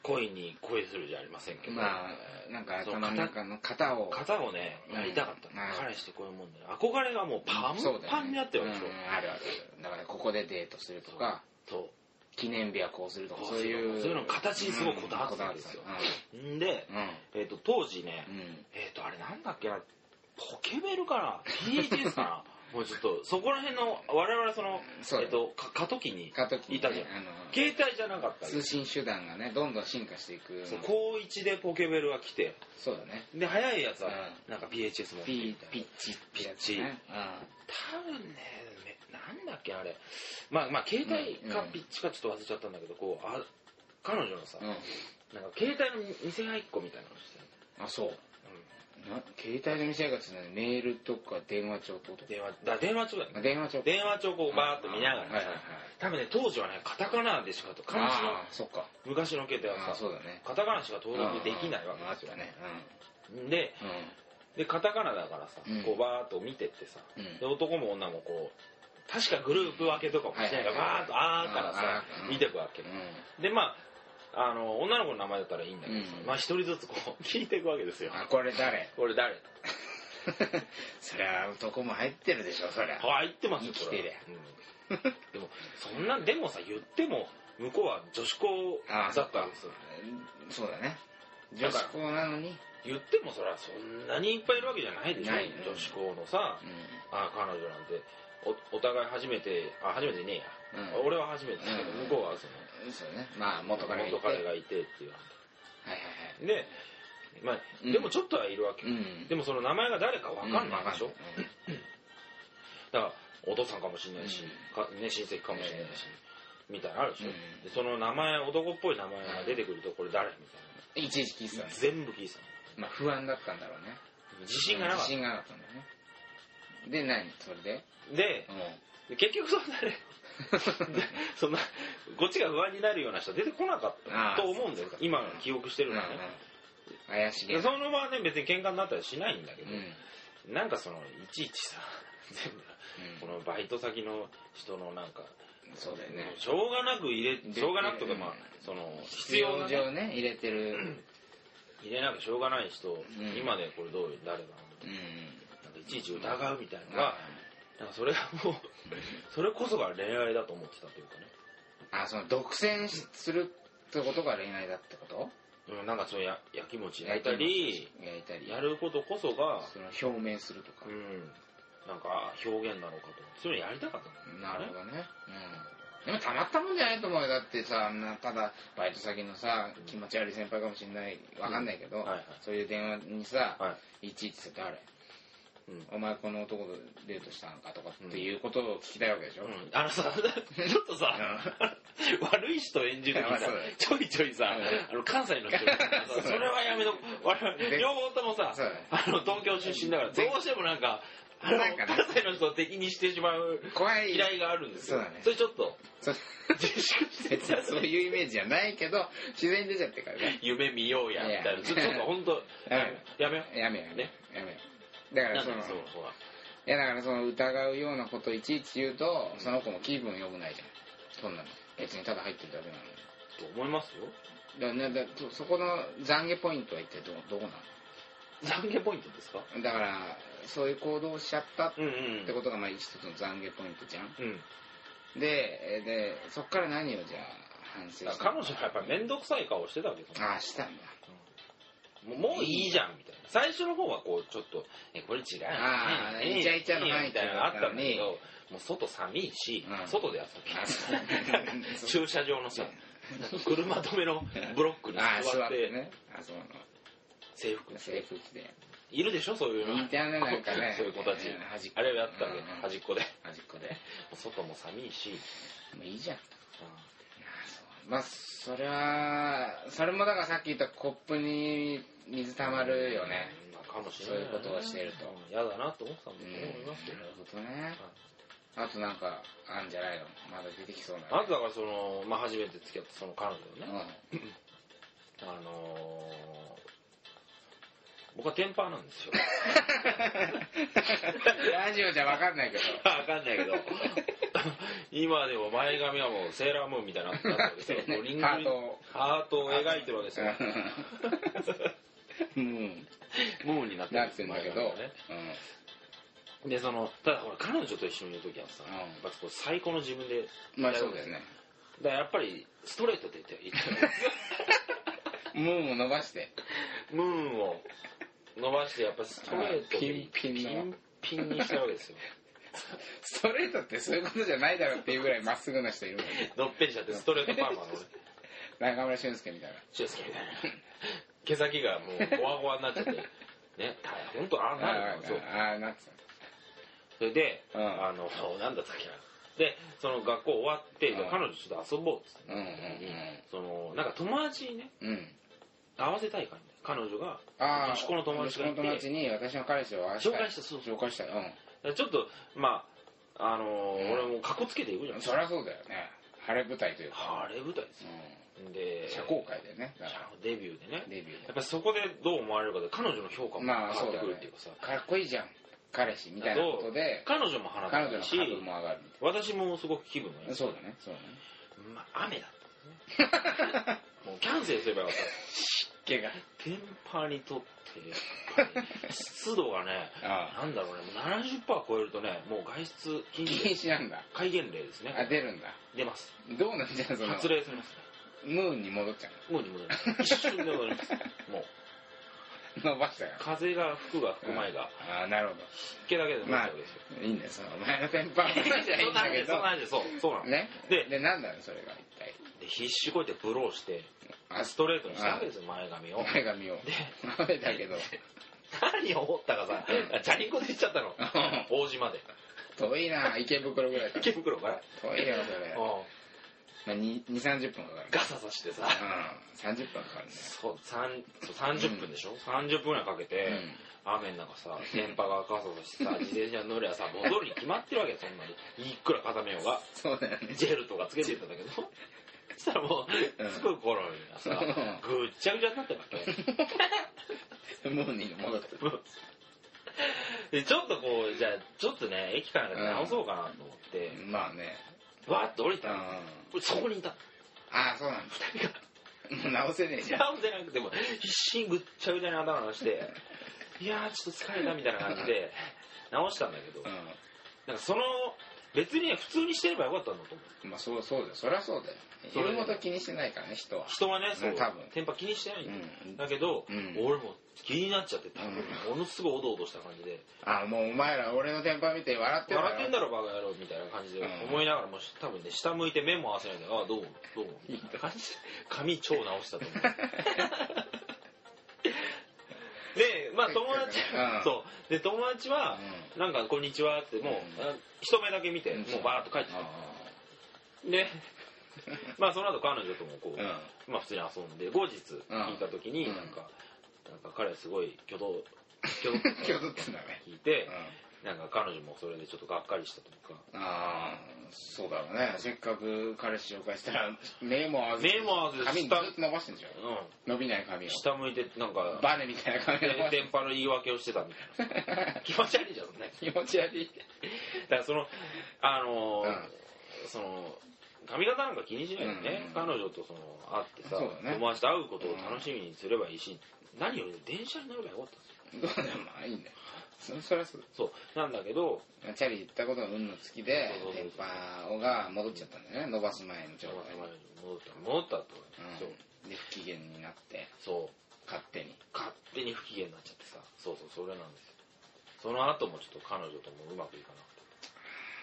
B: 恋に恋するじゃありませんけど、
A: まあなんか頭の中の型を
B: 肩をね
A: うん
B: やりたかったの、
A: うん
B: 彼氏ってこういうもんで憧れがもうパ
A: そう
B: ン
A: だよね
B: パンになってるわけ
A: うんあるあるだからここでデートするとか
B: そう
A: 記念日はこうするとかそういう
B: そういうの形にすごいこだわってたんですよんで、
A: うんうん
B: えー、と当時ね、
A: うん
B: えっ、とあれなんだっけなポケベルかな PHS かなもうちょっとそこら辺の我々その
A: そう
B: え
A: だ
B: っ、
A: よ
B: とか過渡期に
A: 過渡期に
B: いたじゃん
A: あの
B: 携帯じゃなかったり
A: 通信手段がねどんどん進化していく
B: そう高1でポケベルは来て
A: そうだね
B: で早いやつは
A: う
B: なんか PHS も来
A: ピ
B: てみたいな
A: ピッチってやつね
B: ピッチ多分ねめなんだっけあれまあまあ携帯か
A: うん
B: ピッチかちょっと忘れちゃったんだけどこうあ彼女のさ
A: うん、うん、
B: なんか携帯の見せ合いっ子みたいなのしてる
A: あそうな携帯の店がつねメールとか電話帳ってこと
B: 電話だ電話帳だよ
A: あ
B: ね
A: 電話帳
B: 電話帳をこうバーッと見なが
A: は
B: ら
A: いはい
B: さ
A: はい
B: 多分ね当時はねカタカナでしかと漢字の
A: ああそっか
B: 昔の携帯
A: ああ
B: はさ
A: そうだね
B: カタカナしか登録できないわけですよ
A: あったね
B: で
A: うん
B: でカタカナだからさ
A: うん
B: こうバーッと見てってさ
A: うん
B: で男も女もこう確かグループ分けとかもしない
A: は
B: から
A: い
B: バーッとあーから
A: あ
B: さ
A: ーうん
B: 見てくわけ
A: う
B: でまああの女の子の名前だったらいいんだけどさ、
A: うん
B: まあ一人ずつこう 聞いていくわけですよ
A: んあこれ誰
B: 俺誰
A: そりゃ男も入ってるでしょそりゃ
B: あ言ってますよ
A: 生き
B: それ
A: て
B: は
A: りゃ
B: うん、でもそんなでもさ言っても向こうは女子校だ
A: あ
B: った
A: そ
B: わ
A: っか
B: けです
A: そ
B: よ
A: うだね
B: だ
A: 女
B: から
A: 子校なのに
B: 言ってもそらそんなにいっぱいいるわけじゃないでしょ、
A: ない
B: 女子校のさ
A: う
B: あ彼女なんておお互い初めてあ初めてねえや、
A: うん
B: 俺は初めてだけど
A: うん
B: 向こうはその
A: んそうだねまあ元彼がいて
B: 元彼がいてっていう
A: はいはい
B: で、まあ、
A: うん
B: でもちょっとはいるわけよ、
A: はいうん
B: でもその名前が誰かわかんないでし
A: う
B: ょ、
A: んわかんない
B: だからお父さんかもしれないし、かね、親戚かもしれないし、みたいなのあるでしょ、
A: うん
B: でその名前男っぽい名前が出てくるとこれ誰みたい
A: うん一時期さ
B: な全部聞いてたの
A: まあ不安だったんだろうね
B: 自信がなかっ
A: 自信がなかったんだねで何それで
B: たで
A: う
B: で結局そんな ねでそんなこっちが不安になるような人は出てこなかっ
A: あー
B: た と思うんだよ今の記憶して
A: ん
B: る
A: う
B: の
A: ん
B: はね、
A: 怪しげ
B: で
A: な
B: その場はね別に喧嘩になったりしないんだけ
A: う
B: ど
A: ん、
B: なんかそのいちいちさ 全部このバイト先の人のなんか
A: うんそうだよね
B: しょうがなく入れ
A: で
B: しょうがなくとか
A: うん
B: まあその必
A: 必
B: 要
A: 要
B: な
A: 上ね入れてる
B: 入れなくしょうがない人、
A: ん
B: 今でこれどう誰だ
A: うん
B: なんかいちいち疑うみたいなのが、なんかそれはもうそれこそが恋愛だと思ってたというか
A: あその独占しするってことが恋愛だってこと
B: ね、うん、なんかそうややきもち焼いたり
A: 焼いたり
B: やることこそが、
A: その表明するとか
B: うん、なんか表現なのかとそれやりたかったの
A: なるほどねうんでもたまったもんじゃないと思うよだってさあんなただバイト先のさ気持ち悪い先輩かもしんないわかんないけど、
B: はいはい
A: そういう電話にさ、、
B: はい
A: ちいちさ誰
B: うん
A: お前この男とデートしたのかとかっていうことを聞きたいわけでしょ、
B: うんあのさ、 ちょっとさ、 悪い人演じる時
A: まあ
B: さ
A: そうだね、
B: ちょいちょいさ、
A: う
B: あの関西の人にさ
A: そうだね
B: それはやめとこう我々
A: で
B: 両方ともさ
A: そうだね、
B: あの東京出身だから、ど
A: で
B: うしてもなんか、あの
A: なんかね
B: 関西の人を敵にしてしまう
A: 怖い
B: 嫌いがあるんですよ。
A: そうだね
B: それちょっと、
A: そ
B: 自粛して
A: 別にそういうイメージじゃないけど自然に出ちゃってるからね
B: 夢見ようや、みたい
A: いや
B: な。ちょっと本当、やめよ
A: やめよやめよ
B: ね
A: やめよだか
B: う。な
A: ら
B: ん
A: そ
B: だ
A: の
B: よそう、ほら。
A: いやだからその疑うようなことをいちいち言うとその子も気分良くないじゃんそんなの別にただ入ってるだけなのに
B: と思いますよ。
A: だからねだそそこの懺悔ポイントは一体どどこな
B: 懺悔ポイントですか
A: のだからそういう行動をしちゃったっ
B: うんうん。
A: てことがまあ一つの懺悔ポイントじゃん
B: うん。
A: でえでそっから何をじゃあ反省
B: だ
A: し
B: から
A: た
B: 彼女はやっぱ面倒くさい顔してたわけですよ
A: ああした んだ
B: もうもういいじゃんみたいな最初の方はこうちょっと「えこれ違うよね
A: あー
B: ええ
A: イチャイチャの範囲
B: みたいなのあったんだ
A: だ
B: け
A: ったの
B: どもう外寒いし、
A: うん
B: 外で遊
A: あそう
B: び駐車場のさ車止めのブロックに
A: ああ
B: 座
A: 座
B: っ
A: って
B: て
A: ねあその
B: 制服
A: 制服着て
B: いるでしょそういうの
A: いたねなんかね
B: そういう子たち
A: うん端っこ
B: あれをやったわけ
A: うん
B: 端っこでも
A: 端っこで
B: う外も寒いし
A: もういいじゃんまあそれはそれもだからさっき言ったコップに水たまるよね
B: まあかもしれないね
A: そういうことをしてると
B: うん嫌だなと思ってたん
A: う
B: だ
A: ん
B: と
A: なる
B: 思いますけど
A: ほどねあとなんかあんじゃないのまだ出てきそうな
B: あとだからその、まあ、初めて付き合ったその彼女をね、
A: うん
B: あのー僕はテンパーなんですよ。
A: ラジオじゃわかんないけど
B: わかんないけど、今でも前髪はもうセーラームーンみたいになってるんですよ
A: ね
B: もうリング
A: ハートを
B: ハートを描いてるわけですよ
A: うん
B: ムーンになって
A: な
B: る
A: ってんだけ
B: 前
A: ど、
B: 髪がねでそのただほら彼女と一緒にいる時はさ、
A: うん
B: やっぱこう最高の自分で
A: うん、まあそうだよね
B: だからやっぱりストレートで言って言って
A: ムーンを伸ばして
B: ムーンを伸ばしてやっぱストレートで
A: うんピンピンの
B: ピンピンにしたわけ ですよ
A: ストレートってそういうことじゃないだろうっていうぐらいまっすぐな人いるもんね
B: のっぺりしちゃってストレートパーマの俺
A: 中村俊輔みたいな
B: 俊介みたいな毛先がもうゴワゴワになっちゃってね本当ああなる
A: あ
B: のそう
A: あああなって
B: それで、
A: うん
B: あのなんだったっけなでその学校終わっ
A: う
B: て、
A: ん
B: 彼女ちょっと遊ぼうっつって、
A: たうんう
B: そのなんか友達にね
A: んうんうん
B: 会わせたい感じ彼女が
A: ああ
B: 息子の友達がいて
A: 息子の友達に私の彼氏を会わせ
B: 紹
A: たい
B: 介したそう
A: 紹介したい
B: ちょっとまああのー
A: うん
B: 俺もかっこつけていくじゃ
A: うん
B: ないで
A: そ
B: すか
A: りゃそうだよね晴れ舞台というか、
B: あれ舞台ですよ
A: う
B: で
A: ん、社交界だよねだから
B: デビューでね
A: デビューで
B: やっぱりそこでどう思われるかで彼女の評価も変
A: まあ
B: わ
A: そ
B: っ
A: う
B: て
A: だ
B: く
A: ね
B: るっていうかさ、
A: かっこいいじゃん彼氏みたいなことで
B: 彼女も放た
A: 彼
B: な
A: 女
B: い
A: の
B: し
A: 株も上がるみ
B: 私もすごく気分
A: たい
B: がいい
A: なそうだねそうだね
B: まあ雨だ ったんですねもうキャンセルすればよかった
A: 毛が
B: テンパにとってやっぱり湿度がね
A: ああ
B: なんだろうねもう70%超えるとねもう外出禁
A: 禁
B: 止
A: 止なんだ
B: 戒厳令です
A: あ
B: ね
A: 出るんだ
B: 出ます
A: どうなんじゃんその
B: 発令されますね
A: ムーンに戻っちゃう
B: もうに戻ります一瞬で戻りますもう
A: の伸ばしたから
B: 風が吹くが吹く前が
A: ああなるほ
B: 引けだけで戻っちゃうわけですよ、
A: どいいんだよそのお前のテンパはじゃいい
B: そ
A: ん
B: うな
A: だ
B: ん
A: け
B: ですそう
A: ど
B: なんですそうそうなんで
A: ねでなんだろうそれが一体
B: すで必死こいてブローして
A: あ
B: ストレートにしたわけですよ前髪を
A: お前が見よう
B: で
A: 雨だけど
B: 何を思ったかさチャリンコで行っちゃったの大島で
A: 遠いな池袋ぐらいから
B: 池袋から
A: 遠いよそれ、
B: うん
A: まあ、2 3 0分かかる
B: ガサさしてさ
A: うん30分かかるね
B: そうさんそう30分でしょ、30分ぐらいかけて、雨の中さ電波がガサガサしてさ自転車に乗りゃさ戻るに決まってるわけよそんなにいくら固めようが
A: そうだよね
B: ジェルとかつけてたんだけどそしたらも
A: うん
B: うすごい頃にはさ
A: う
B: ぐ
A: ん
B: っちゃぐちゃになってるわけ
A: ムーンに戻って
B: でちょっとこうじゃあちょっとね駅から直そうかなと思って、
A: まあね
B: わーっと降り
A: うん
B: たのそこにいた
A: ああそうなんだ
B: 二人が
A: もう直せねえ
B: 違
A: じゃん
B: うんじゃなくても必死にぐっちゃぐちゃに頭直していやーちょっと疲れたみたいな感じで直したんだけど
A: う
B: なんかその別にね普通にしてればよかったんだと思う
A: うんまあそうそうだよそりゃそうだよ
B: それ
A: 色ごと気にしてないからね人は
B: 人はねそう
A: うん多分
B: テンパ気にしてないんだよ、
A: うん
B: だけど、
A: うん
B: 俺も気になっちゃって多
A: う
B: 分ものすごいおどおどした感じで
A: ああもうお前ら俺の電波見て笑ってる
B: 笑 ってん
A: だ
B: だろバカ野郎みたいな感じで
A: うん
B: 思いながらもう多分ね下向いて目も合わせないでああどうもどうもみたいな感じで髪超直した と思うでまあ友達
A: うん
B: そうで友達は「なんかこんにちは」ってもう
A: うん
B: あ一目だけ見て
A: うん
B: もうバーッと帰ってきてでまあその後彼女ともこ
A: う
B: う
A: ん
B: まあ普通に遊んで後日聞いた時に
A: う
B: なんんかなんか彼すごい 挙動挙動
A: 気を取ってんだね
B: 聞いうて
A: ん
B: なんか彼女もそれでちょっとがっかりしたというか
A: ああそうだろうねせっかく彼氏紹介したら目も合わず
B: 目も合わず
A: 髪ず
B: 下
A: っと伸ばしてんでしょ
B: う
A: 伸びない髪
B: ん
A: を
B: 下向いてなんか
A: バネみたいな髪を伸 ばして
B: 電波の言い訳をしてたみたいな気持ち悪いじゃんそんなだか
A: 気持ち悪い
B: らそのあのー
A: うん
B: その髪型なんか気にしないでね、
A: うん
B: 彼女とその会ってさ、
A: そうだね
B: 友達と会うことを楽しみにすればいいし、何より電車に乗ればよかったんですよ
A: どうでもまあいいんだよそそりゃそう
B: そうなんだけど
A: だチャリ行ったことの運の尽きで
B: そうそうそ
A: 電
B: う
A: 波が戻っちゃったんだよね伸ばす前の
B: ち
A: 状
B: ょっと
A: 態
B: 前に戻った戻ったと、そう
A: うんで不機嫌になって
B: そう
A: 勝手に
B: 勝手に不機嫌になっちゃってさそうそうそれなんですよその後もちょっと彼女ともうまくいかなくて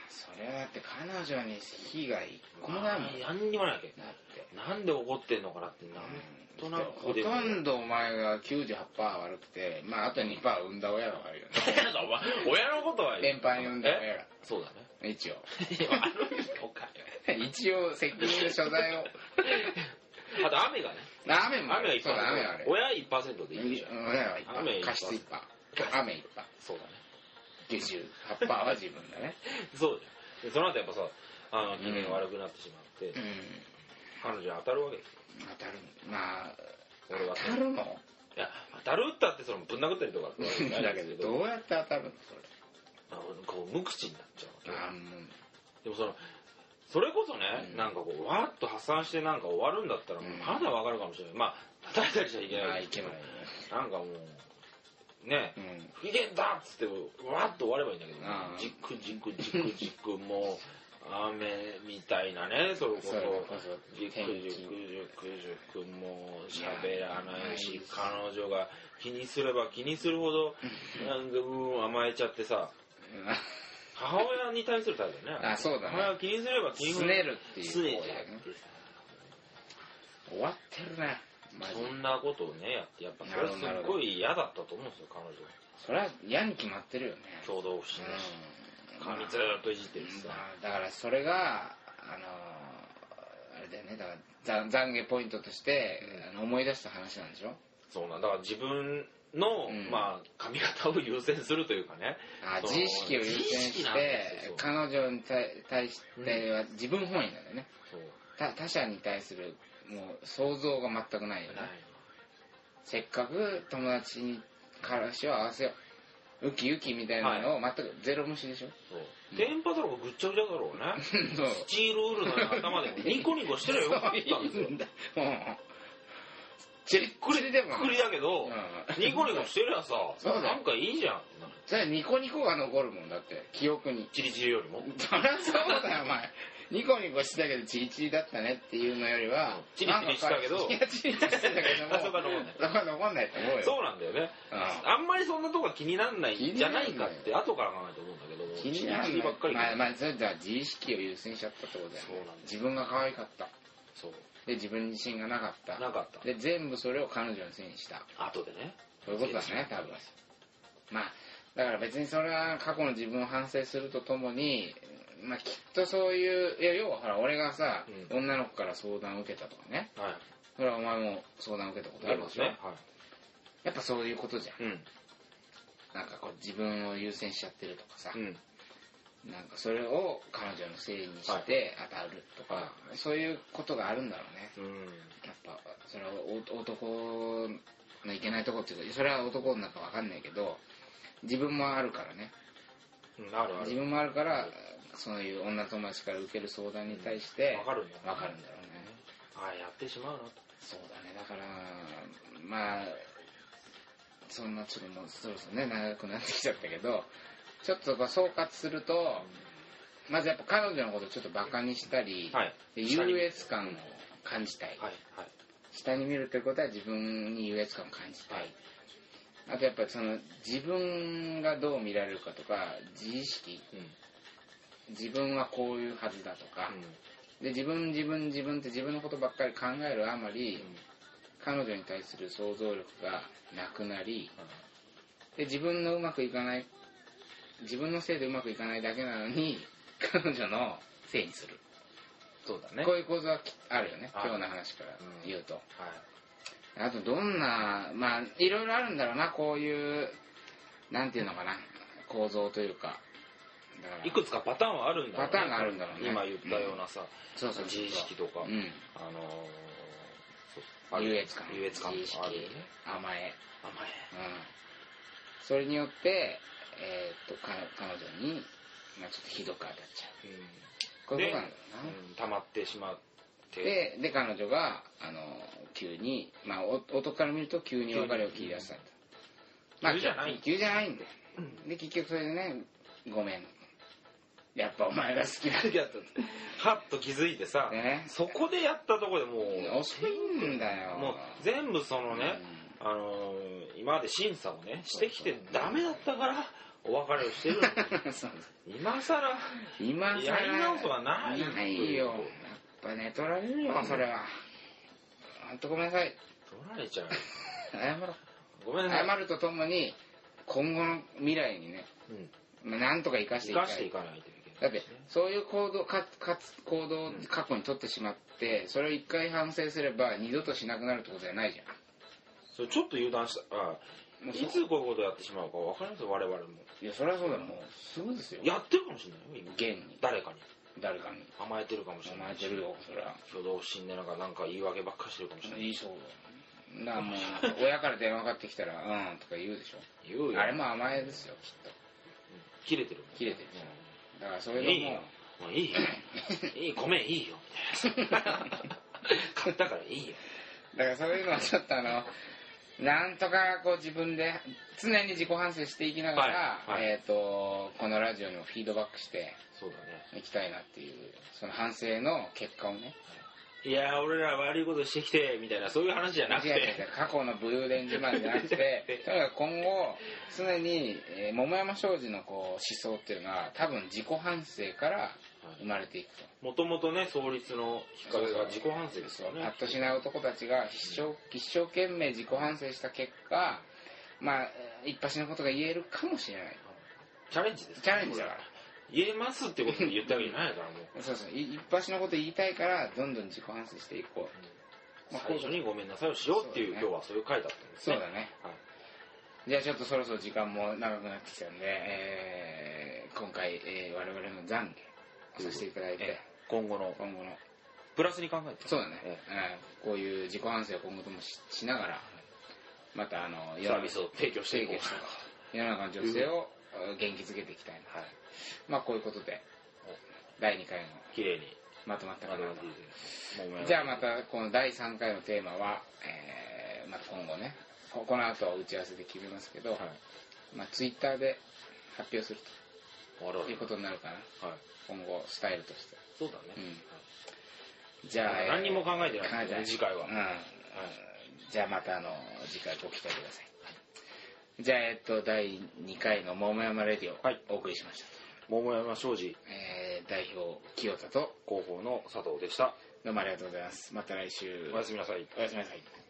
A: それはだって彼女に被害一個もないもんだ
B: まあ何にもないわけ
A: って
B: なんで怒ってんのかなって なんとなく
A: ほとんどお前が98%悪くてまああと2%は産んだ親が悪いよね
B: なんだお前親のことは
A: 連敗に産んだ
B: え
A: 親が
B: そうだね
A: 一応
B: いや悪いのか
A: 一応責任の所在を
B: よあと雨がね
A: な雨もあ
B: 雨が
A: る
B: 1%
A: そうだ雨はあれ
B: 親1%でいいじゃん
A: うん親は一
B: 雨
A: 般
B: 一般
A: 過失一般雨一般
B: そうだね
A: 下十8%は自分だね
B: そうじゃんでその後やっぱさあの機嫌悪くなってしまって、
A: うん
B: 彼女に当たるわけですよ
A: 当たるまあ
B: 俺は
A: 当たるの
B: いや当たるったってそのぶん殴ったりとかってわけじゃない
A: だけ
B: ですけ
A: ど
B: ど
A: どうやって当たるのそ
B: あのこう無口になっちゃうわけ
A: れあーもう
B: でもそのそれこそね、
A: うん
B: なんかこうわーっと破産してなんか終わるんだったらもう
A: うん
B: まだわかるかもしれないまあ叩いたりしちゃいけ
A: ま
B: な
A: あ、
B: い
A: い
B: け
A: け
B: ど
A: ないね。
B: なんかもうね
A: うん。
B: 不機嫌だっつってわーっと終わればいいんだけど
A: ああ
B: じっくじっくじっくじっくもう雨みたいなねそれこ
A: それこ
B: そ。
A: そ
B: じっくじっくじっくじっくもう喋らない
A: い
B: し
A: や
B: 彼女が気にすれば気にするほどなんかうん甘えちゃってさ母親に対する態度ね
A: あそうだね
B: 母親が気にすれば気に
A: すねるっていう
B: すね
A: 行為
B: ちゃ
A: だ
B: っ
A: よね
B: てさ
A: 終わってるな。マジ
B: そ。んなことをねやってやっぱそれはす
A: なる
B: っ
A: ほど
B: ごい嫌だったと思うんですよ彼女
A: それは嫌に決まってるよね。
B: 共同不審だし
A: うん。
B: 髪ずーっといじってるしさ
A: まあだからそれがあのーあれだよねだからざ懺悔ポイントとして、あの思い出した話なんでしょ
B: そうなんだから自分の、
A: うん
B: まあ髪型を優先するというかね
A: あ
B: そう
A: 自意識を優先
B: 自意識
A: し
B: なんです
A: て
B: よ
A: 彼女に対対しては自分本位なんだよね、
B: そう
A: た他者に対するもう想像が全くないよねせっかく友達に彼氏を合わせようウキウキみたいなのを全くゼロ無視でしょ、
B: そう電波だろうがぐっちゃぐちゃだろうね
A: そう
B: スチールウールのような頭で もニコニコしてりゃよかったんですよ
A: いいんだ うんチリックリでも
B: びっくりだけど、
A: うん
B: ニコニコしてりゃさ
A: そうだよ
B: なんかいいじゃん
A: それニコニコが残るもんだって記憶に
B: チリチリよりも
A: そりゃそうだよお 前ニコニコしてたけどチリチリだったねっていうのよりは
B: チリチリしてたけど
A: なんかいやチリチリしてたけども
B: あそこは残んない
A: そこは残んないと思うよ
B: そうなんだよね
A: うん
B: あんまりそんなとこは気にならないんじゃないかって後から考えて思うんだけど
A: 気になる
B: チリチリばっかりで
A: まあまあそれじゃ自意識を優先しちゃったってことだよね
B: そうなんだよ
A: 自分が可愛かった
B: そう
A: で自分に自信がなかった
B: なかった
A: で全部それを彼女のせいにした
B: 後でね
A: そういうことだね多分まあだから別にそれは過去の自分を反省するとともにまあきっとそういういや要はほら俺がさ、
B: う
A: 女の子から相談を受けたとかね
B: はい
A: それはお前も相談を受けたことあ
B: あり
A: る
B: ま
A: ですしょ、
B: ねは
A: やっぱそういうことじゃ
B: いうん
A: んなんかこう自分を優先しちゃってるとかさ、
B: うん
A: なんかそれを彼女のせいにして当たるとか、
B: は
A: そういうことがあるんだろうね
B: うん
A: やっぱそれはお男のいけないとこっていうかそれは男の中わかんないけど自分もあるからね
B: うんあるあ
A: 自
B: る
A: 分もあるからそういう女友達から受ける相談に対して
B: わかるんだ
A: わかるんだろうね
B: ああやってしまうなと
A: そうだねだからまあそんなちょっともうそろそろね長くなってきちゃったけどちょっとこう総括するとまずやっぱ彼女のことちょっとバカにしたり、
B: はい
A: で
B: 下に
A: 優越感を感じたい
B: はいはい
A: 下に見るということは自分に優越感を感じた
B: はい
A: いあとやっぱりその自分がどう見られるかとか自意識
B: うん
A: 自分はこういうはずだとか、で自分自分自分って自分のことばっかり考えるあまり、彼女に対する想像力がなくなりで自分のうまくいかない自分のせいでうまくいかないだけなのに彼女のせいにする、
B: そうだね
A: こういう構造はきあるよね
B: ある
A: 今日の話から言うと、
B: はい
A: あとどんなまあいろいろあるんだろうなこういうなんていうのかな構造というかだから
B: いくつかパターンはあるんだろうね
A: パターンがあるんだろうね
B: 今言ったようなさ
A: そうそうそう
B: 自意識とか
A: うん
B: あのーそうある
A: 優越感
B: 優越感
A: 自意
B: とかあるよ
A: 識
B: ね
A: 甘え
B: 甘
A: うんそれによって、えーっとか彼女に、まあ、ちょっとひどく当たっちゃう
B: えうん
A: こういうことなんだろうな
B: うん溜まってしまって
A: でで彼女があの急に、まあ、お男から見ると急に別れを切り出したんだ
B: 急じゃない
A: 急じゃないんだよで結局それでねごめんやっぱお前が好きだ
B: 時だったんですはっと気づいてさ、
A: ね
B: そこでやったとこでもう
A: 遅いんだよ
B: もう全部そのね、あのー今まで審査をねしてきてダメだったからお別れをしてる の
A: うんそう
B: 今更
A: 今さ
B: やり直すはない
A: ないよやっぱね取られるよそれはほんとごめんなさい
B: 取られちゃう
A: 謝ろう
B: ごめんなさい、
A: 謝るとともに今後の未来にね
B: うん、
A: まあなんとか生かして
B: 生
A: いきた
B: か
A: い
B: していかないといけ
A: だ
B: な
A: っ
B: い
A: て
B: しね
A: そういう行動かかつ行動を
B: うん
A: 過去に取ってしまってそれを一回反省すれば二度としなくなるってことじゃないじゃ
B: それちょっと油断したあ
A: んもう
B: い
A: そ
B: つこういうことやってしまうか分かりますよ我々も
A: いやそれはそうだよもうすぐですよ
B: やってるかもしれないよ今
A: 現に
B: 誰かに
A: 誰かに
B: 甘えてるかもしれ
A: 甘
B: な
A: え
B: い
A: てるよそれは
B: 挙動不審でなんかなんか言い訳ばっかりしてるかもしれない
A: いいそうだなあもう親から電話かかってきたら 「うん」とか言うでしょ
B: 言うよ
A: あれも甘えですよきっと
B: 切れてるもん
A: 切れてる
B: うん
A: だからそういうの
B: いいよ
A: も
B: もうい いよいいごめんいいよみたいな買ったからいいよ
A: だからそういうのはちょっとあのなんとかこう自分で常に自己反省していきながら、
B: はいはい
A: えっ、とこのラジオにもフィードバックして
B: そうだね
A: いきたいなっていうその反省の結果をね
B: いやー俺ら悪いことしてきてみたいなそういう話じゃなく
A: 違う違う違
B: て
A: う過去のブルーレン自慢じゃなくて とにかく今後常に、えー桃山商事のこう思想っていうのは多分自己反省から生まれていくと
B: もともとね創立のきっかけが自己反省ですよ
A: パ
B: ね
A: ッとしない男たちが一生一生懸命自己反省した結果まあえー一発のことが言えるかもしれない
B: チャレンジです
A: チ
B: か
A: ャ
B: ら
A: レンジだから
B: 言えますってことで言ったわけじゃないからもう
A: そうそうい一発のこと言いたいからどんどん自己反省していこうまあ
B: 最初にごめんなさいをしようってい
A: そ
B: う
A: うだね
B: 今日はそういう回だったんです
A: そう
B: ね
A: だね
B: はい
A: じゃあちょっとそろそろ時間も長くなってきたんで、えー今回、えー我々の懺悔をさせていただいて
B: え今後の
A: 今後の
B: プラスに考えて
A: そうだね、
B: え
A: うんこういう自己反省を今後ともししながらまたあの
B: サービスを提供していこう
A: 提供して世の中の女性をうん元気づけていきたいな、
B: はい
A: まあこういうことで第2回の
B: 綺麗に
A: まとまったかなとじ
B: じ
A: ゃ
B: ゃ
A: あ
B: あ
A: ま
B: ま
A: たこの第3回のテーマは、えーまた今後ねここの後は打ち合わせで決めますけど、
B: た、はい、
A: まあ、ツイッターで発表する
B: 我々
A: ということになるかな
B: はい、
A: 今後スタイルとして
B: そうだね、
A: うん
B: はい
A: じゃあ、えー
B: 何にも考えてない
A: 考えてない
B: 次回は、
A: うんじゃあまたあの次回ご期待くださいじゃあえっと第2回の「桃山レディオ」
B: はい
A: お送りしました、
B: 桃山商事
A: えー代表清田と
B: 広報の佐藤でした
A: どうもありがとうございますまた来週
B: おやすみなさい
A: おやすみなさい